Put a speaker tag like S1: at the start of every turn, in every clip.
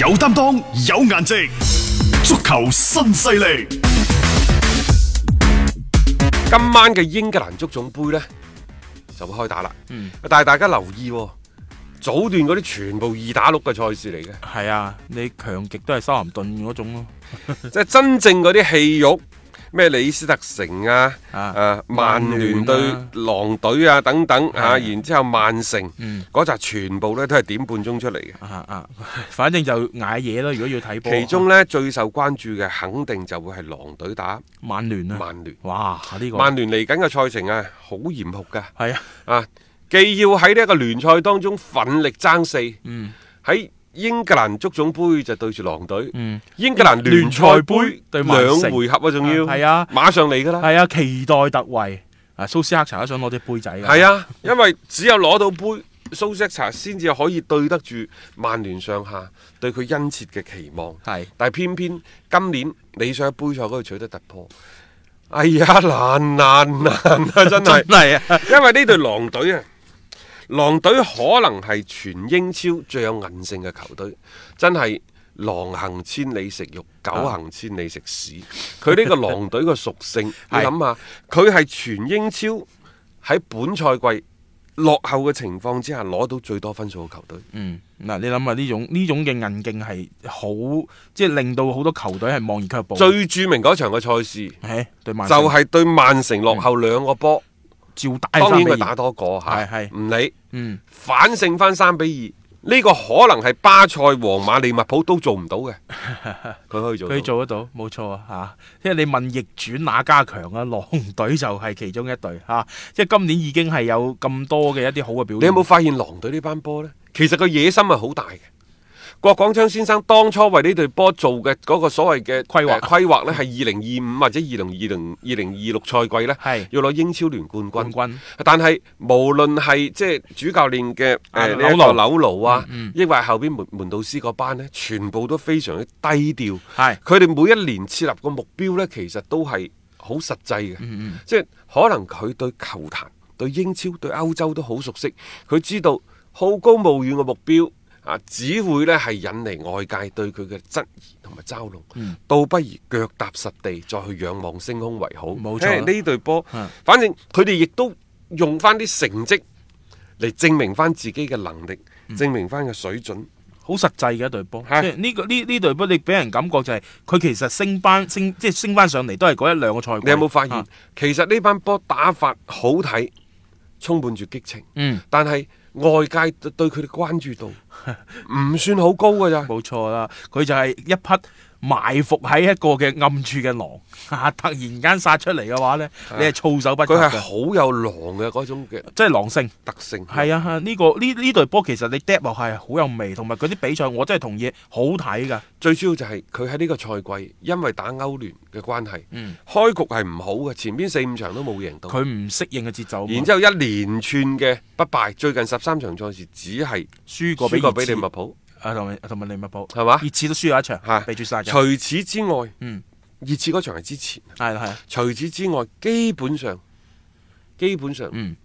S1: 有擔當，有顏值，足球新勢力。
S2: 今晚嘅英格蘭足總杯呢，就會開打啦。
S3: 嗯，
S2: 但係大家留意、喎，早段嗰啲全部二打六嘅賽事嚟 嘅。
S3: 係啊，你強極都係修咸頓嗰種咯，
S2: 即係真正嗰啲戲肉，咩李斯特城啊，
S3: 啊
S2: 誒曼聯對狼隊啊等等啊，
S3: 係
S2: 然之後曼城
S3: 嗯
S2: 嗰扎全部呢都係點半鐘出嚟嘅。
S3: 啊啊， 反正就捱夜咯。如果要睇波，啊
S2: 其中呢，最受關注嘅肯定就會係狼隊打
S3: 曼聯啊，
S2: 曼聯。
S3: 哇呢個
S2: 曼聯嚟緊嘅賽程啊，好嚴酷㗎。
S3: 係啊，
S2: 啊，既要喺呢一個聯賽當中奮力爭四，喺、
S3: 嗯
S2: 英格蘭足總杯就對住狼隊，
S3: 嗯
S2: 英格蘭聯賽杯
S3: 對曼
S2: 兩
S3: 城
S2: 回合啊，仲要
S3: 係啊
S2: 馬上嚟噶啦，
S3: 係啊，期待特惠啊，蘇斯克查都想攞隻杯仔㗎
S2: 係啊，因為只有攞到杯。蘇斯克查先至可以對得住曼聯上下對佢殷切嘅期望，
S3: 係
S2: 但係偏偏今年你想喺杯賽嗰度取得突破，哎呀難難難啊！真係
S3: 真係啊，
S2: 因為呢隊狼隊啊，狼隊可能係全英超最有韌性嘅球隊，真係狼行千里食肉，狗行千里食屎。佢呢個狼隊嘅屬性，你
S3: 係
S2: 諗下，佢係全英超喺本賽季落後嘅情況之下攞到最多分數嘅球隊。
S3: 嗯。嗱，你諗下呢種呢種嘅韌勁係好，即係令到好多球隊係望而卻步。
S2: 最著名嗰場嘅賽事
S3: 係對哦曼
S2: 就
S3: 城
S2: 係對曼城落後兩個波，
S3: 照打
S2: 當
S3: 三
S2: 然
S3: 比
S2: 佢
S3: 二
S2: 打多個嚇，
S3: 係係
S2: 唔理。
S3: 嗯
S2: 反勝翻三比二，呢、個可能係巴塞、皇馬、利物浦都做唔到 嘅，佢可以做到。
S3: 佢做得到，冇錯啊！嚇，即係你問逆轉哪家強啊？狼隊就係其中一隊嚇、即係今年已經係有咁多嘅一啲好嘅表現。
S2: 你有冇發現狼隊呢班波呢？其實個野心係好大嘅。郭廣昌先生當初為呢隊波做嘅嗰個所謂嘅
S3: 規劃
S2: 呃規劃呢係二零二五或者二零二零二零二六賽季呢，
S3: 係
S2: 要攞英超聯冠軍。
S3: 冠軍
S2: 但係無論係即係主教練嘅
S3: 啊
S2: 誒
S3: 紐
S2: 呢一
S3: 奴嗯
S2: 個紐奴啊，抑或後邊門門導師嗰班呢，全部都非常之低調。
S3: 係
S2: 佢哋每一年設立個目標呢，其實都係好實際
S3: 嗯
S2: 嘅，即係可能佢對球壇、對英超、對歐洲都好熟悉，佢知道好高騖遠嘅目標啊，只會呢係引嚟外界對佢嘅質疑同埋嘲弄，
S3: 嗯
S2: 倒不如腳踏實地再去仰望星空為好。
S3: 冇錯
S2: 因為呢隊波
S3: 嗯，
S2: 反正佢哋亦都用翻啲成績嚟證明翻自己嘅能力，
S3: 嗯
S2: 證明翻嘅水準。
S3: 好實際嘅一隊波，即
S2: 係
S3: 係呢個呢呢隊波，你俾人感覺就係、佢其實升班升即係升翻上嚟都係嗰一兩個賽季。
S2: 你有冇發現，
S3: 啊
S2: 其實呢班波打法好睇，充滿住激情，
S3: 嗯，
S2: 但係外界對對佢哋關注 度唔算好高㗎咋。
S3: 冇錯啦，佢就係一匹埋伏喺一個嘅暗處嘅狼，突然間殺出嚟嘅話呢，你係措手不及
S2: 佢係
S3: 嘅，
S2: 好有狼嘅嗰種嘅
S3: 即係狼性。
S2: 特性。
S3: 係啊，呢、個呢呢隊波其實你 d e 落係好有味，同埋嗰啲比賽我真係同意好睇㗎。
S2: 最主要就係佢喺呢個賽季，因為打歐聯嘅關係，
S3: 嗯
S2: 開局係唔好嘅，前邊四五場都冇贏到。
S3: 佢唔適應嘅節奏啊嘛，
S2: 然之後一連串嘅不敗，最近十三場賽事只係
S3: 輸過俾
S2: 輸過俾利
S3: 熱刺
S2: 物浦，
S3: 啊同埋同埋利物浦
S2: 係嘛
S3: 熱刺都輸咗一場，
S2: 嚇
S3: 被絕殺嘅。
S2: 除此之外，
S3: 嗯，
S2: 熱刺嗰場係之前。
S3: 係啦係啦，
S2: 除此之外，基本上基本上
S3: 嗯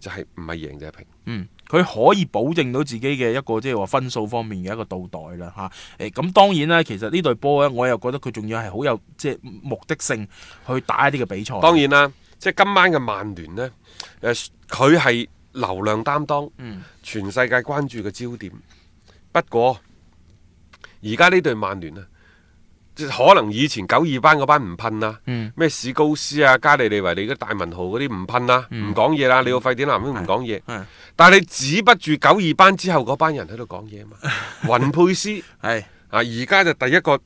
S2: 就係唔係贏就係平。
S3: 嗯，佢可以保證到自己嘅一個即係話分數方面嘅一個倒袋啦嚇。誒咁當然啦，其實呢隊波咧，我又覺得佢仲要係好有即係目的性去打一啲嘅比賽。
S2: 當然啦，即係今晚嘅曼聯呢，誒佢係流量擔當，
S3: 嗯
S2: 全世界關注嘅焦點。不過而家呢隊曼聯啊，即係可能以前九二班嗰班唔噴啦，
S3: 嗯
S2: 咩史高斯啊、加利利維利嗰啲大文豪嗰啲唔噴啦，唔講嘢啦，你個費典南都唔講嘢。
S3: 嗯係
S2: 但係你止不住九二班之後嗰班人喺度講嘢啊 嘛，雲佩斯。
S3: 係
S2: 啊，而家就第一個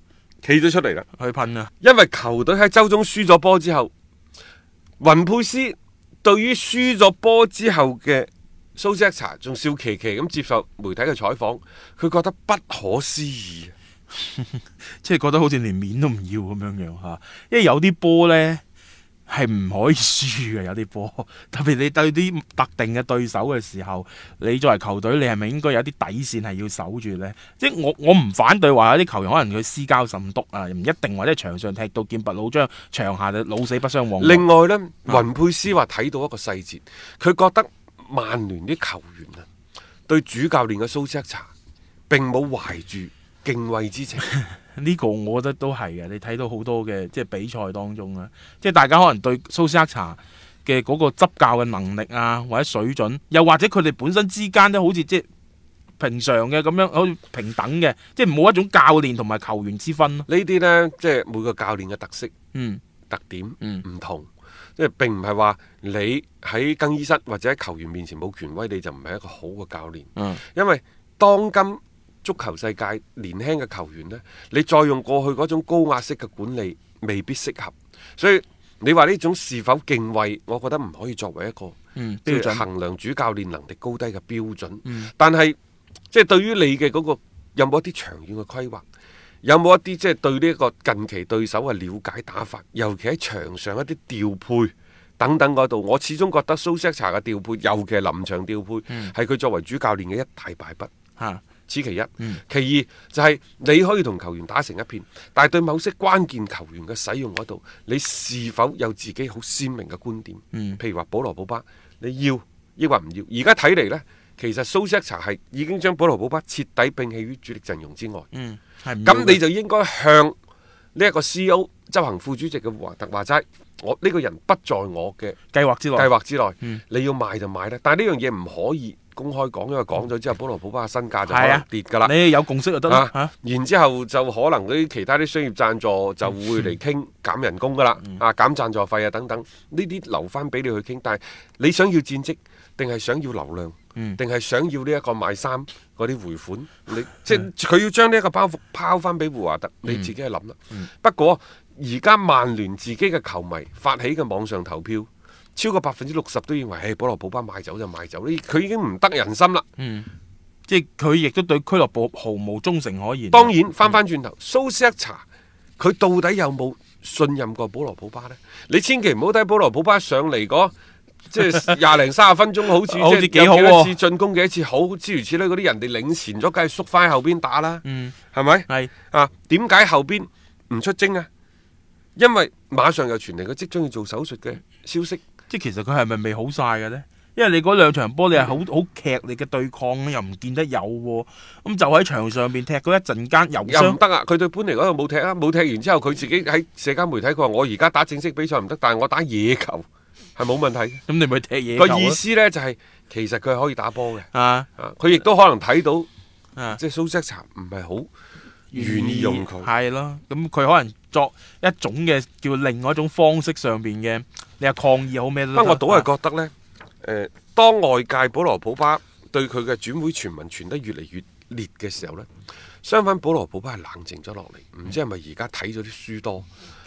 S2: 企咗出嚟啦。
S3: 去噴啊，
S2: 因為球隊喺周中輸咗波之後，雲佩斯對於輸咗波之後嘅蘇斯克查仲笑騎騎咁接受媒體嘅採訪，佢覺得不可思議。
S3: 即係覺得好似連面都唔要咁樣樣嚇。因為有啲波呢係唔可以輸嘅，有啲波， 特別你對啲特定嘅對手嘅時候，你作為球隊，你係咪應該有啲底線係要守住呢？即係我我唔反對話有啲球員可能佢私交甚篤啊，唔一定或者場上踢到劍拔弩張，場下就老死不相往來。
S2: 另外呢，雲佩斯話睇到一個細節，佢覺得曼聯啲球員啊，對主教練嘅蘇斯克查並冇懷住敬畏之情。
S3: 呢個我覺得都係嘅，你睇到好多嘅即係比賽當中啦，即係大家可能對蘇斯克查嘅嗰個執教嘅能力啊，或者水準，又或者佢哋本身之間都好似即係平常嘅咁樣，好似平等嘅，即係冇一種教練同埋球員之分咯。
S2: 呢啲呢，即係每個教練嘅特色
S3: 嗯
S2: 特點
S3: 嗯
S2: 唔同，即係並唔係話你喺更衣室或者喺球員面前冇權威，你就唔係一個好嘅教練。
S3: 嗯
S2: 因為當今足球世界年輕嘅球員呢，你再用過去嗰種高壓式嘅管理，未必適合。所以你話呢種是否敬畏，我覺得唔可以作為一個
S3: 嗯，
S2: 即係
S3: 標準。
S2: 衡量主教練能力高低嘅標準。
S3: 嗯
S2: 但係即係對於你嘅嗰、個有冇一啲長遠嘅規劃，有冇一啲即係對呢一個近期對手嘅了解打法，尤其喺場上一啲調配。等等嗰度，我始終覺得蘇斯克查嘅調配，尤其係臨場調配，
S3: 嗯
S2: 係佢、作為主教練嘅一大敗筆。
S3: 嚇
S2: 此其一。
S3: 嗯
S2: 其二就係、你可以同球員打成一片，但係對某些關鍵球員嘅使用嗰度，你是否有自己好鮮明嘅觀點？
S3: 嗯
S2: 譬如話保羅保巴，你要抑或唔要？而家睇嚟呢，其實蘇斯克查係已經將保羅保巴徹底摒棄於主力陣容之外。
S3: 嗯，係唔要
S2: 咁
S3: 嘅
S2: 你就應該向呢一個 C.O. 執行副主席嘅華特話齋，我呢、個人不在我嘅
S3: 計劃之內
S2: 計劃之內，
S3: 嗯
S2: 你要賣就賣啦。但係呢樣嘢唔可以公開講，因為講咗之後，保羅普巴嘅身價就可
S3: 係
S2: 能
S3: 啊
S2: 跌㗎啦。
S3: 你有共識就得啦嚇
S2: 啊。，然之後就可能嗰啲其他啲商業贊助就
S3: 嗯
S2: 會嚟傾減人工㗎啦，啊減贊助費啊等等，呢啲留翻俾你去傾。但係你想要戰績，定係想要流量，
S3: 嗯
S2: 定係想要呢一個賣衫嗰啲回款，你即係佢要將呢一個包袱拋翻俾胡華特，
S3: 嗯
S2: 你自己去諗啦。不過而家曼聯自己嘅球迷發起嘅網上投票。超過百分之六十都認為，誒，保羅普巴賣走就賣走，呢佢已經唔得人心啦。
S3: 嗯，即係佢亦都對俱樂部毫無忠誠可言。
S2: 當然翻翻轉
S3: 嗯
S2: 頭，蘇斯克查佢到底有冇信任過保羅普巴呢？你千祈唔好睇保羅普巴上嚟嗰即 係廿零三十分鐘，好似
S3: 好似
S2: 即係
S3: 幾好
S2: 有多
S3: 喎
S2: 次進攻幾多次好，諸如此類嗰啲人哋領前咗，梗係縮翻喺後邊打啦，
S3: 嗯
S2: 係咪、
S3: 係
S2: 啊？點解後邊唔出征啊？因為馬上又傳嚟佢即將要做手術嘅消息，
S3: 即係其實佢係咪未好晒嘅呢？因為你嗰兩場波你係
S2: 嗯
S3: 好好劇烈嘅對抗，又唔見得有喎、咁就喺場上邊踢嗰一陣間油
S2: 又唔
S3: 傷，
S2: 得啊！佢對搬嚟嗰度冇踢啊，冇踢完之後佢自己喺社交媒體佢話：我而家打正式比賽唔得，但係我打野球係冇問題嘅。
S3: 咁你咪踢嘢
S2: 個意思呢，就係、其實佢係可以打波嘅，
S3: 啊
S2: 啊佢亦都可能睇到
S3: 啊，
S2: 即係蘇斯查唔係好願意用佢。
S3: 係咯，咁佢可能作一種嘅叫另外一種方式上邊嘅，你話抗議好咩都
S2: 不
S3: 得
S2: 過我倒係覺得呢，誒、當外界保羅普巴對佢嘅轉會傳聞傳得越嚟越烈嘅時候呢，相反保羅普巴係冷靜咗落嚟，唔知係咪而家睇咗啲書多，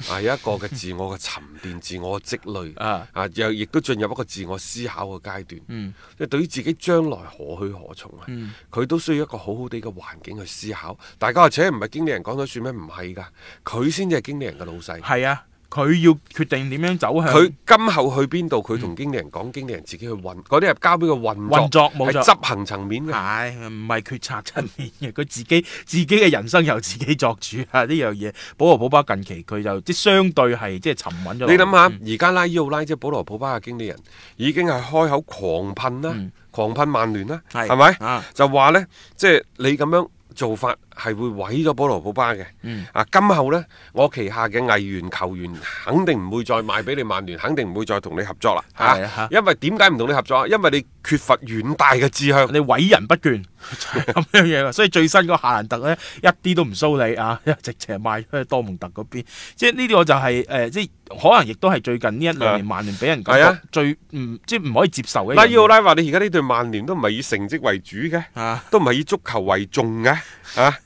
S2: 啊有一個嘅自我嘅沉 澱、自我嘅積累，
S3: 啊
S2: 啊又亦都進入一個自我思考嘅階段。
S3: 嗯
S2: 即係對於自己將來何去何從啊，
S3: 嗯
S2: 佢、都需要一個好好地嘅環境去思考。大家話，且唔係經理人講咗算咩？唔係㗎，佢先至係經理人嘅老細。
S3: 係啊，佢要決定點樣走向
S2: 佢今後去邊度，佢同經理人講，經理人自己去運，嗰啲係交俾佢運
S3: 嗯運作冇
S2: 係
S3: 錯
S2: 執行層面嘅。
S3: 唉，唔係決策層面嘅，佢自己自己嘅人生由自己作主啊！呢樣嘢，保羅保巴近期佢就即係相對係即係沉穩咗落嚟。
S2: 你諗下，而家拉伊奧拉即係保羅普巴嘅經理人，已經係開口狂噴啦，
S3: 嗯
S2: 狂噴曼聯啦，
S3: 係
S2: 係咪？
S3: 啊
S2: 就話呢，即係你咁樣做法係會毀咗保羅普巴嘅。
S3: 嗯
S2: 啊，今後呢，我旗下嘅藝員球員肯定唔會再賣俾你曼聯，肯定唔會再同你合作啦。
S3: 係啊
S2: 啊
S3: 嚇
S2: 因為點解唔同你合作啊？因為你缺乏遠大嘅志向。
S3: 你毀人不倦， 就係咁樣嘢啦。啊所以最新嗰個夏蘭特咧，一啲都唔騷你啊， 直情係賣咗去多蒙特嗰邊。即係呢啲我就係、誒、即係可能亦都係最近呢一兩年曼聯俾人感
S2: 係啊
S3: 覺最唔即係唔可以接受嘅一樣嘢。
S2: 拉伊奧拉話：你而家呢隊曼聯都唔係以成績為主嘅，
S3: 啊，
S2: 都唔係以足球為重嘅。啊，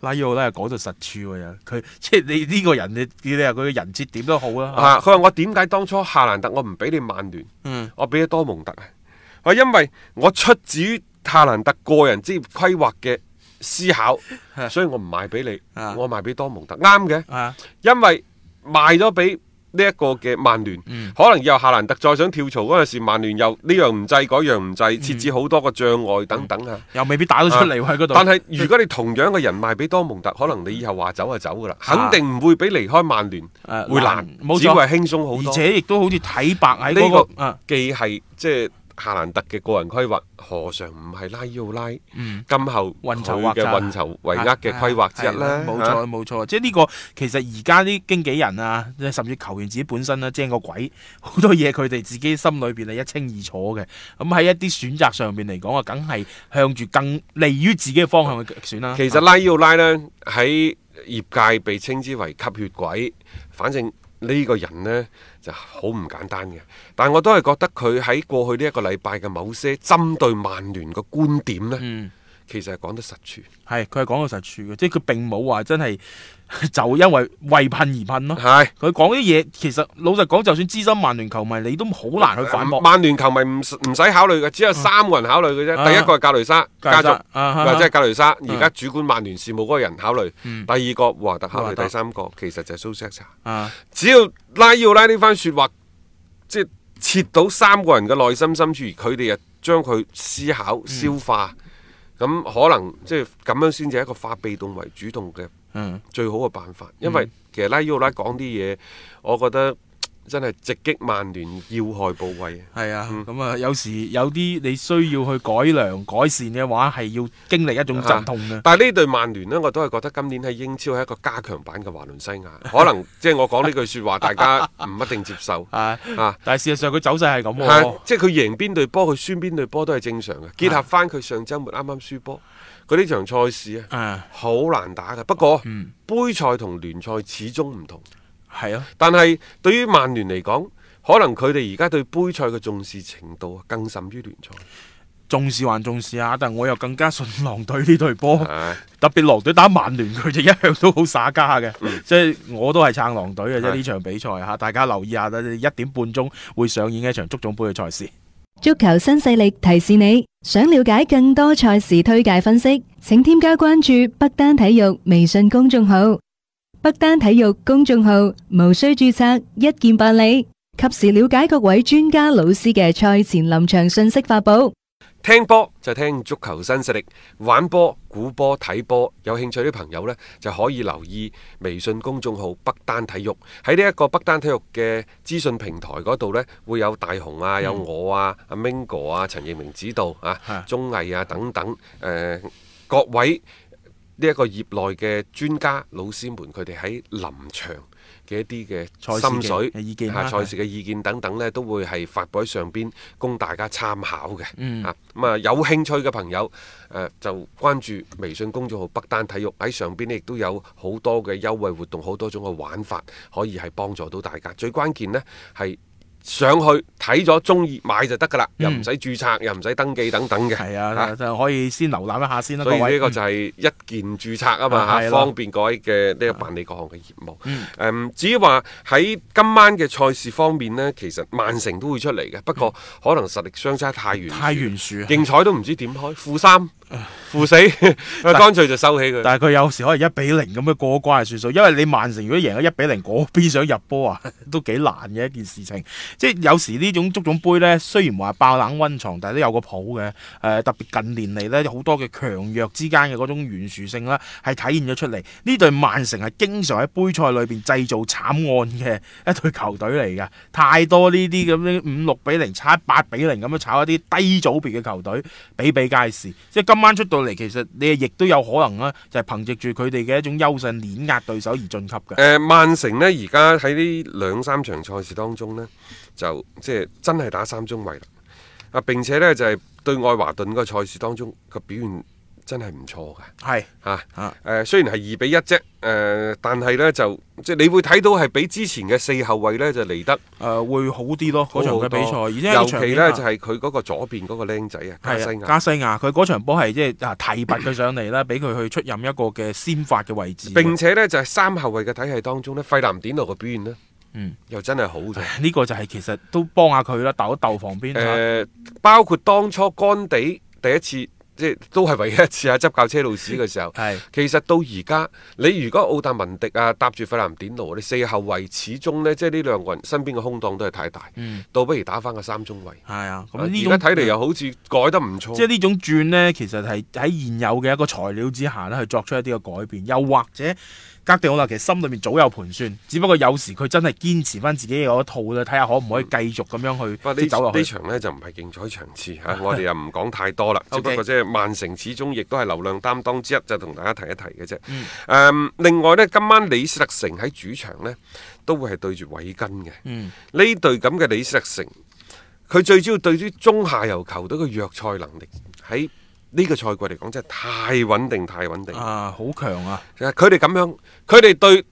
S3: 拉伊奧拉又講到實處喎，又佢 即係你呢個人，你你話佢嘅人設點都好啦。
S2: 啊，佢話我點解當初夏蘭特我唔俾你曼聯？
S3: 嗯
S2: 我俾咗多蒙特啊！我因為我出自於塔蘭特個人職業規劃嘅思考，所以我唔賣俾你，
S3: 啊
S2: 我賣俾多蒙特，啱嘅。
S3: 啊，
S2: 因為賣咗俾呢一個嘅曼聯，
S3: 嗯
S2: 可能以後夏蘭特再想跳槽嗰陣時，曼聯又呢樣唔制，嗰樣唔制，設
S3: 嗯
S2: 置好多個障礙等等啊。
S3: 又未必打到出嚟喎喺嗰度。
S2: 但係如果你同樣嘅人賣俾多蒙特，可能你以後話走就走噶啦，肯定唔會比離開曼聯
S3: 誒
S2: 會
S3: 難
S2: 難，
S3: 冇錯
S2: 只會係輕鬆好
S3: 而
S2: 多。
S3: 且亦都好似睇白喺
S2: 呢
S3: 嗰、個
S2: 個
S3: 啊
S2: 既係即係夏蘭特嘅個人規劃，何嘗唔係拉伊奧拉
S3: 嗯
S2: 今後
S3: 運籌
S2: 佢嘅
S3: 劃策
S2: 運籌帷幄嘅規劃之一啦
S3: 啊係？冇
S2: 嚇
S3: 錯冇錯，即係呢個其實而家啲經紀人啊，甚至球員自己本身啦，精個鬼，好多嘢佢哋自己心裏邊係啊一清二楚嘅。咁喺一啲選擇上邊嚟講啊，梗係向住更利於自己嘅方向去選啦。
S2: 其實拉伊奧拉呢，喺業界被稱之為吸血鬼，反正呢個人呢就好唔簡單嘅。但我都係覺得佢喺過去呢一個禮拜嘅某些針對曼聯嘅觀點呢，
S3: 嗯。
S2: 其實係講得實處。
S3: 係佢係講到實處嘅，即係佢並冇話真係就因為為噴而噴咯。
S2: 係
S3: 佢講啲嘢，其實老實講，就算資深曼聯球迷，你都好難去反駁。
S2: 曼聯球迷唔唔使考慮嘅，只有三個人考慮嘅啫。
S3: 啊
S2: 第一個係格雷沙
S3: 格雷
S2: 家
S3: 沙
S2: 族，
S3: 啊嗯哈
S2: 或者係格雷沙，而家主管曼聯事務嗰個人考慮。第二個華特考
S3: 華
S2: 慮，
S3: 特
S2: 第三個其實就係蘇斯克查。
S3: 啊，
S2: 只要拉要拉呢番説話，即係切到三個人嘅內心深處，而佢哋又將佢思考消化，咁、可能即係咁樣先至係一個化被動為主動嘅
S3: 嗯，
S2: 最好嘅辦法。因為其實拉要拉講啲嘢，我覺得真係直擊曼聯要害部位啊。
S3: 係啊，咁啊，有時有啲你需要去改良改善嘅話，係要經歷一種
S2: 啊
S3: 陣痛嘅。
S2: 但係呢隊曼聯呢，我都係覺得今年喺英超係一個加強版嘅華倫西亞。可能即係我講呢句説話，大家唔一定接受
S3: 啊，
S2: 啊。
S3: 但係事實上佢走勢係咁
S2: 係
S3: 喎。
S2: 即係佢贏邊隊波，佢輸邊隊哦波都係正常嘅。結合翻佢上週末啱啱輸波，佢呢場賽事啊，
S3: 啊，
S2: 好難打嘅。不過、
S3: 嗯
S2: 杯賽同聯賽始終唔同，
S3: 係啊，
S2: 但係對於曼聯嚟講，可能佢哋而家對杯賽嘅重視程度啊更甚於聯賽。
S3: 重視還重視啊，但係我又更加信狼隊呢隊波。
S2: 係
S3: 特別狼隊打曼聯，佢就一向都好耍家嘅，即係我都係撐狼隊嘅啫。
S2: 嗯係
S3: 呢場比賽嚇，大家留意下啦，一點半鐘會上演嘅一場足總杯嘅賽事。
S4: 足球新勢力提示你，想了解更多賽事推介分析，請添加關注北單體育微信公眾號。北單體育公眾號無需注冊，一鍵辦理，及時了解各位專家老師嘅賽前臨場信息發布。
S2: 聽波就聽足球新勢力，玩波、估波、睇波，有興趣啲朋友呢，就可以留意微信公眾號北單體育。喺呢一個北單體育嘅資訊平台嗰度
S3: 嗯
S2: 呢，會有大雄啊、有我啊、阿 Mingo 啊、陳奕明指導啊
S3: 係、
S2: 綜藝啊等等，誒、呃各位呢一個業內嘅專家老師們，佢哋喺臨場嘅一啲
S3: 賽
S2: 嘅
S3: 事嘅
S2: 心水
S3: 嘅意見
S2: 啊
S3: 啦
S2: 賽事嘅意見等等呢，都會係發佈喺上邊供大家參考嘅。
S3: 嗯
S2: 啊，咁啊有興趣嘅朋友，誒、就關注微信公眾號北單體育喺上邊呢亦都有好多嘅優惠活動，好多種嘅玩法，可以係幫助到大家。最關鍵呢係上去睇咗中意買就得㗎啦，又唔使註冊，又唔使登記等等嘅。
S3: 係
S2: 啊
S3: 啊，就可以先瀏覽一下先啦，各
S2: 所以呢
S3: 位。嗯
S2: 個就係一鍵註冊啊
S3: 啊
S2: 嘛，
S3: 係嗯
S2: 嚇
S3: 咯
S2: 方便各位嘅呢個辦理各項嘅業務。誒，至於話喺今晚嘅賽事方面呢，其實曼城都會出嚟嘅，不過可能實力相差太遠，
S3: 嗯太懸殊啊
S2: 競彩都唔知點開，負三、負 四，乾脆就收起佢。
S3: 但係佢有時可能一比零咁樣過關係算數，因為你曼城如果贏咗一比零，嗰邊想入波啊， 都幾難嘅一件事情。即係有時呢種足總杯呢，雖然話爆冷温床，但係都有個譜嘅。誒、特別近年嚟呢，好多嘅強弱之間嘅嗰種懸殊性啦，係體現咗出嚟。呢隊曼城係經常喺杯賽裏邊製造慘案嘅一隊球隊嚟㗎，太多呢啲咁樣五六比零、七八比零咁樣炒一啲低組別嘅球隊。比比皆是。即係今晚出到嚟，其實你亦都有可能啦，就係、憑藉住佢哋嘅一種優勢碾壓對手而晉級嘅。
S2: 誒、曼城呢，而家喺呢兩三場賽事當中呢，就即係真係打三中衞啦。啊，並且呢，就係、對愛華頓個賽事當中個表現真係唔錯㗎。
S3: 係
S2: 嚇、
S3: 啊
S2: 誒、呃雖然係二比一啫，誒、呃但係呢，就即係你會睇到係比之前嘅四後衞呢，就嚟得
S3: 誒、會好啲咯，嗰場嘅比賽，
S2: 好好多
S3: 而且
S2: 尤
S3: 場
S2: 其
S3: 面
S2: 呢，
S3: 啊
S2: 就係佢嗰個左邊嗰個僆仔啊，加西
S3: 係啊
S2: 亞。
S3: 加西亞，佢嗰場波係即係啊提拔佢上 嚟啦，俾佢去出任一個嘅先發嘅位置。
S2: 並且呢，就係、三後衞嘅體系當中呢，費南典奴嘅表現呢，
S3: 嗯
S2: 又真係好咗。
S3: 呢個就係其實
S2: 呃
S3: 都幫下佢啦，鬥一鬥旁邊
S2: 誒、
S3: 嚇。
S2: 包括當初干地第一次即即係都係唯一一次啊喺執教車路士嘅時候。
S3: 係
S2: 其實到而家，你如果奧達文迪啊搭住費南典奴，你四後衞始終呢，即係呢兩個人身邊嘅空檔都係太大，
S3: 嗯
S2: 倒不如打翻個三中衞。
S3: 係啊，咁
S2: 而
S3: 呢
S2: 家
S3: 種
S2: 睇嚟又好似改得唔錯。
S3: 即係呢種轉呢，其實係喺現有嘅一個材料之下咧，去作出一啲嘅改變，又或者格迪奧納其實心裏面早有盤算，只不過有時佢真係堅持翻自己嗰一套咧，睇下可唔可以繼續咁樣去
S2: 嗯不過
S3: 即係走
S2: 呢
S3: 落
S2: 呢
S3: 去。
S2: 場呢就唔係競彩場次 嚇，我哋又唔講太多啦。只
S3: OK
S2: 不過即係曼城始終亦都係流量擔當之一，就同大家提一提嘅啫。誒、
S3: 嗯
S2: 另外呢，今晚李斯特城喺主場呢都會係對住韋根嘅。
S3: 嗯，
S2: 呢隊咁嘅李斯特城，佢最主要對於中下游球隊嘅弱賽能力喺呢個賽季嚟講真係太穩定，太穩定。
S3: 啊，好強啊！
S2: 佢哋咁樣，佢哋對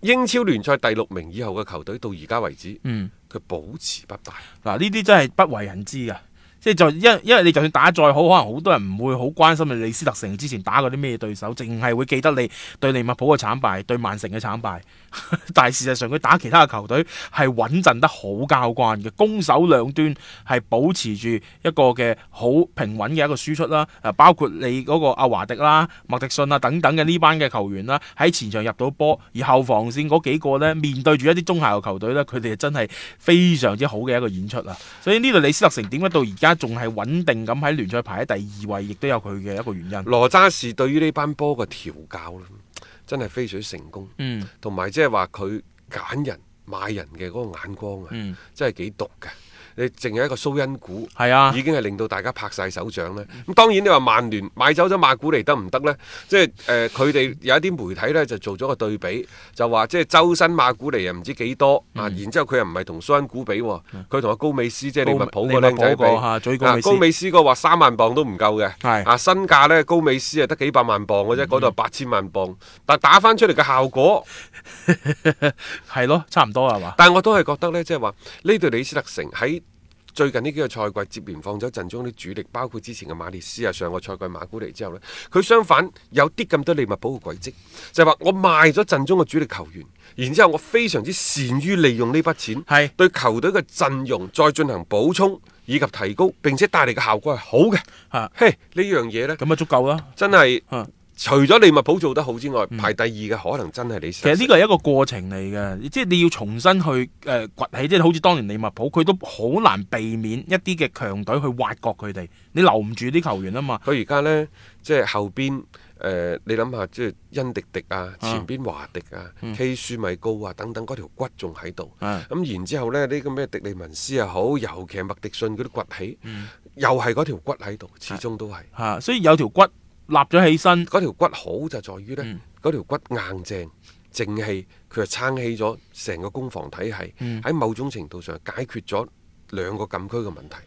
S2: 英超聯賽第六名以後嘅球隊到而家為止，
S3: 嗯，
S2: 佢保持不敗。
S3: 嗱呢啲真係不為人知噶。即係就因因為你就算打再好，可能好多人唔會好關心你李斯特城之前打過啲咩對手，淨係會記得你對利物浦嘅慘敗，對曼城嘅慘敗。 但係事實上佢打其他嘅球隊係穩陣得好交關嘅，攻守兩端係保持住一個嘅好平穩嘅一個輸出啦。誒，包括你嗰個阿華迪啦、麥迪遜啊等等嘅呢班嘅球員啦，喺前場入到波，而後防線嗰幾個呢，面對住一啲中下游球隊呢，佢哋真係非常之好嘅一個演出啊！所以呢度李斯特城點解到而家仲係穩定咁喺聯賽排喺第二位，亦都有佢嘅一個原因。
S2: 羅渣士對於呢班波嘅調教咧，真係非常成功，
S3: 嗯
S2: 同埋即係話佢揀人買人嘅嗰個眼光啊，
S3: 嗯，
S2: 真係幾毒嘅。你淨係一個蘇恩股。
S3: 係啊
S2: 已，經係令到大家拍晒手掌咧。咁當然你話曼聯買走咗馬古尼得唔得呢？即係誒，佢、哋有一啲媒體呢就做咗個對比，就話即係周身馬古尼又唔知幾多、啊，
S3: 嗯
S2: 然之後佢又唔係同蘇恩古比喎，佢同阿高美斯即係利物浦個僆仔
S3: 利物浦個嚇
S2: 比啊
S3: 最高美斯
S2: 高美斯個話三萬磅都唔夠嘅，
S3: 係嗯
S2: 啊身價呢，高美斯啊得幾百萬磅嘅啫，嗰度八千萬磅，但打翻出嚟嘅效果。
S3: 係咯，差唔多係嘛？
S2: 但我都係覺得呢，即係話呢隊李斯特城喺最近呢幾個賽季接連放咗陣中啲主力，包括之前嘅馬列斯啊，上個賽季馬古尼之後呢，佢相反有啲咁多利物浦嘅軌跡，就係話我賣咗陣中嘅主力球員，然之後我非常之善於利用呢筆錢，
S3: 係
S2: 對球隊嘅陣容再進行補充以及提高，並且帶嚟嘅效果係好嘅。
S3: 嚇，
S2: 嘿，呢樣嘢呢，
S3: 咁啊足夠啦。
S2: 真係
S3: 啊
S2: 除咗利物浦做得好之外，排第二嘅可能真係李斯
S3: 嗯其
S2: 特
S3: 實
S2: 城
S3: 呢個係一個過程嚟嘅，即係你要重新去誒、呃崛起，即係好似當年利物浦，佢都好難避免一啲嘅強隊去挖角佢哋，你留唔住啲球員啊嘛。
S2: 佢而家呢，即係後邊誒、呃你諗下，即係恩迪迪啊，前邊華迪啊、K 舒米高啊等等，嗰條骨仲喺度。
S3: 啊
S2: 咁然之後呢，呢個咩迪利文斯又好，尤其係麥迪遜嗰啲崛起，又係嗰條骨喺度，始終都係。
S3: 嚇、啊所以有條骨立咗起身，
S2: 嗰條骨好就在於呢，
S3: 嗯
S2: 嗰、條骨硬正正氣，佢係撐起咗成個攻防體系，喺、
S3: 嗯
S2: 某種程度上解決咗兩個禁區嘅問題。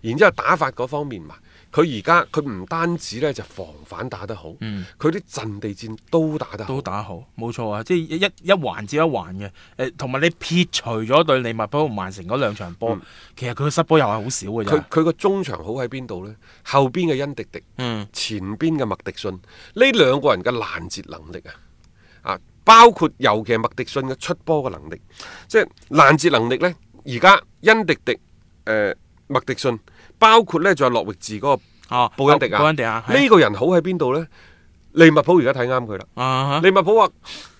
S2: 然之後打法嗰方面嘛，佢而家佢唔單止呢就防反打得好，佢啲、陣地戰都打得好
S3: 嗯都。打好，冇錯啊！即係一一一環接一環嘅，誒、同埋你撇除咗對利物浦同曼城嗰兩場波，其實嗯佢嘅失波又係好少
S2: 佢
S3: 嘅啫。
S2: 佢個中場好喺邊度呢？後邊嘅恩迪迪，
S3: 嗯
S2: 前邊嘅麥迪遜，呢兩個人嘅攔截能力啊，啊，包括尤其係麥迪遜嘅出波嘅能力，即係攔截能力呢。而家恩迪迪、誒、麥迪遜，包括呢仲有諾域治嗰個
S3: 啊，
S2: 布恩迪啊，
S3: 布恩迪啊，係
S2: 呢個人好喺邊度呢？利物浦而家睇啱佢啦。
S3: 啊哈
S2: 利物浦話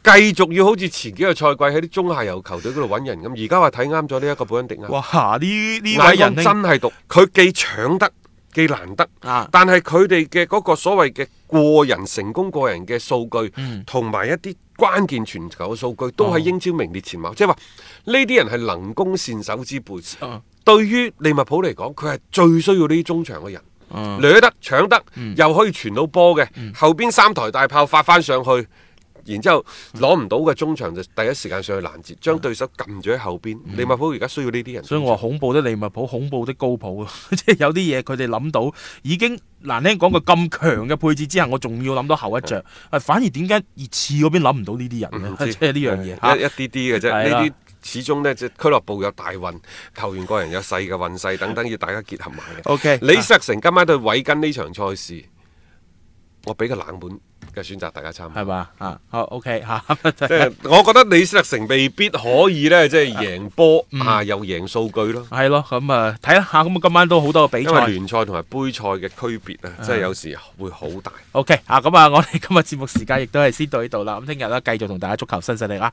S2: 繼續要好似前幾個賽季喺啲中下游球隊嗰度揾人咁，而家話睇啱咗呢一個布恩迪啊。
S3: 哇！呢呢位
S2: 眼
S3: 仁
S2: 光
S3: 兄
S2: 真係毒，佢既搶得，既難得，
S3: 啊
S2: 但係佢哋嘅嗰個所謂嘅個人成功、個人嘅數據，
S3: 嗯
S2: 同埋一啲關鍵傳球嘅數據，都
S3: 哦
S2: 喺英超名列前茅。即係話呢啲人係能攻善守之輩。
S3: 啊
S2: 對於利物浦嚟講，佢係最需要呢啲中場嘅人。
S3: 嗯
S2: 掠得搶得，又可以傳到波嘅，後邊三台大炮發翻上去，然之後
S3: 嗯
S2: 攞唔到嘅中場就第一時間上去攔截，將對手撳住喺後邊。
S3: 嗯
S2: 利物浦而家需要呢啲人。
S3: 所以我話恐怖的利物浦，恐怖的高普啊！ 即係有啲嘢佢哋諗到已經難聽講個咁強嘅配置之下，我仲要諗到後一
S2: 嗯
S3: 着。啊，反而點解熱刺嗰邊諗唔到呢啲人
S2: 唔
S3: 呢？
S2: 嗯知
S3: 即係呢樣嘢嚇
S2: 一一啲啲嘅啫。
S3: 係
S2: 呢
S3: 啦
S2: 啲始終呢，即係俱樂部有大運，球員個人有細嘅運勢等等，要大家結合埋嘅。
S3: OK，啊
S2: 李斯特城今晚對韋根呢場賽事，我俾個冷門嘅選擇，大家參考。
S3: 係嘛啊？好 OK 吓，
S2: 即係我覺得李斯特城未必可以呢，即係贏波
S3: 嗯
S2: 啊，又贏數據咯。
S3: 係咯，咁啊睇啦吓，咁啊今晚都好多個比
S2: 因為
S3: 賽。嗯
S2: 聯賽同埋杯賽嘅區別啊，即係有時會好大。
S3: OK 啊，咁啊，我哋今日節目時間亦都係先到呢度啦。咁聽日咧繼續同大家足球新勢力啊啦。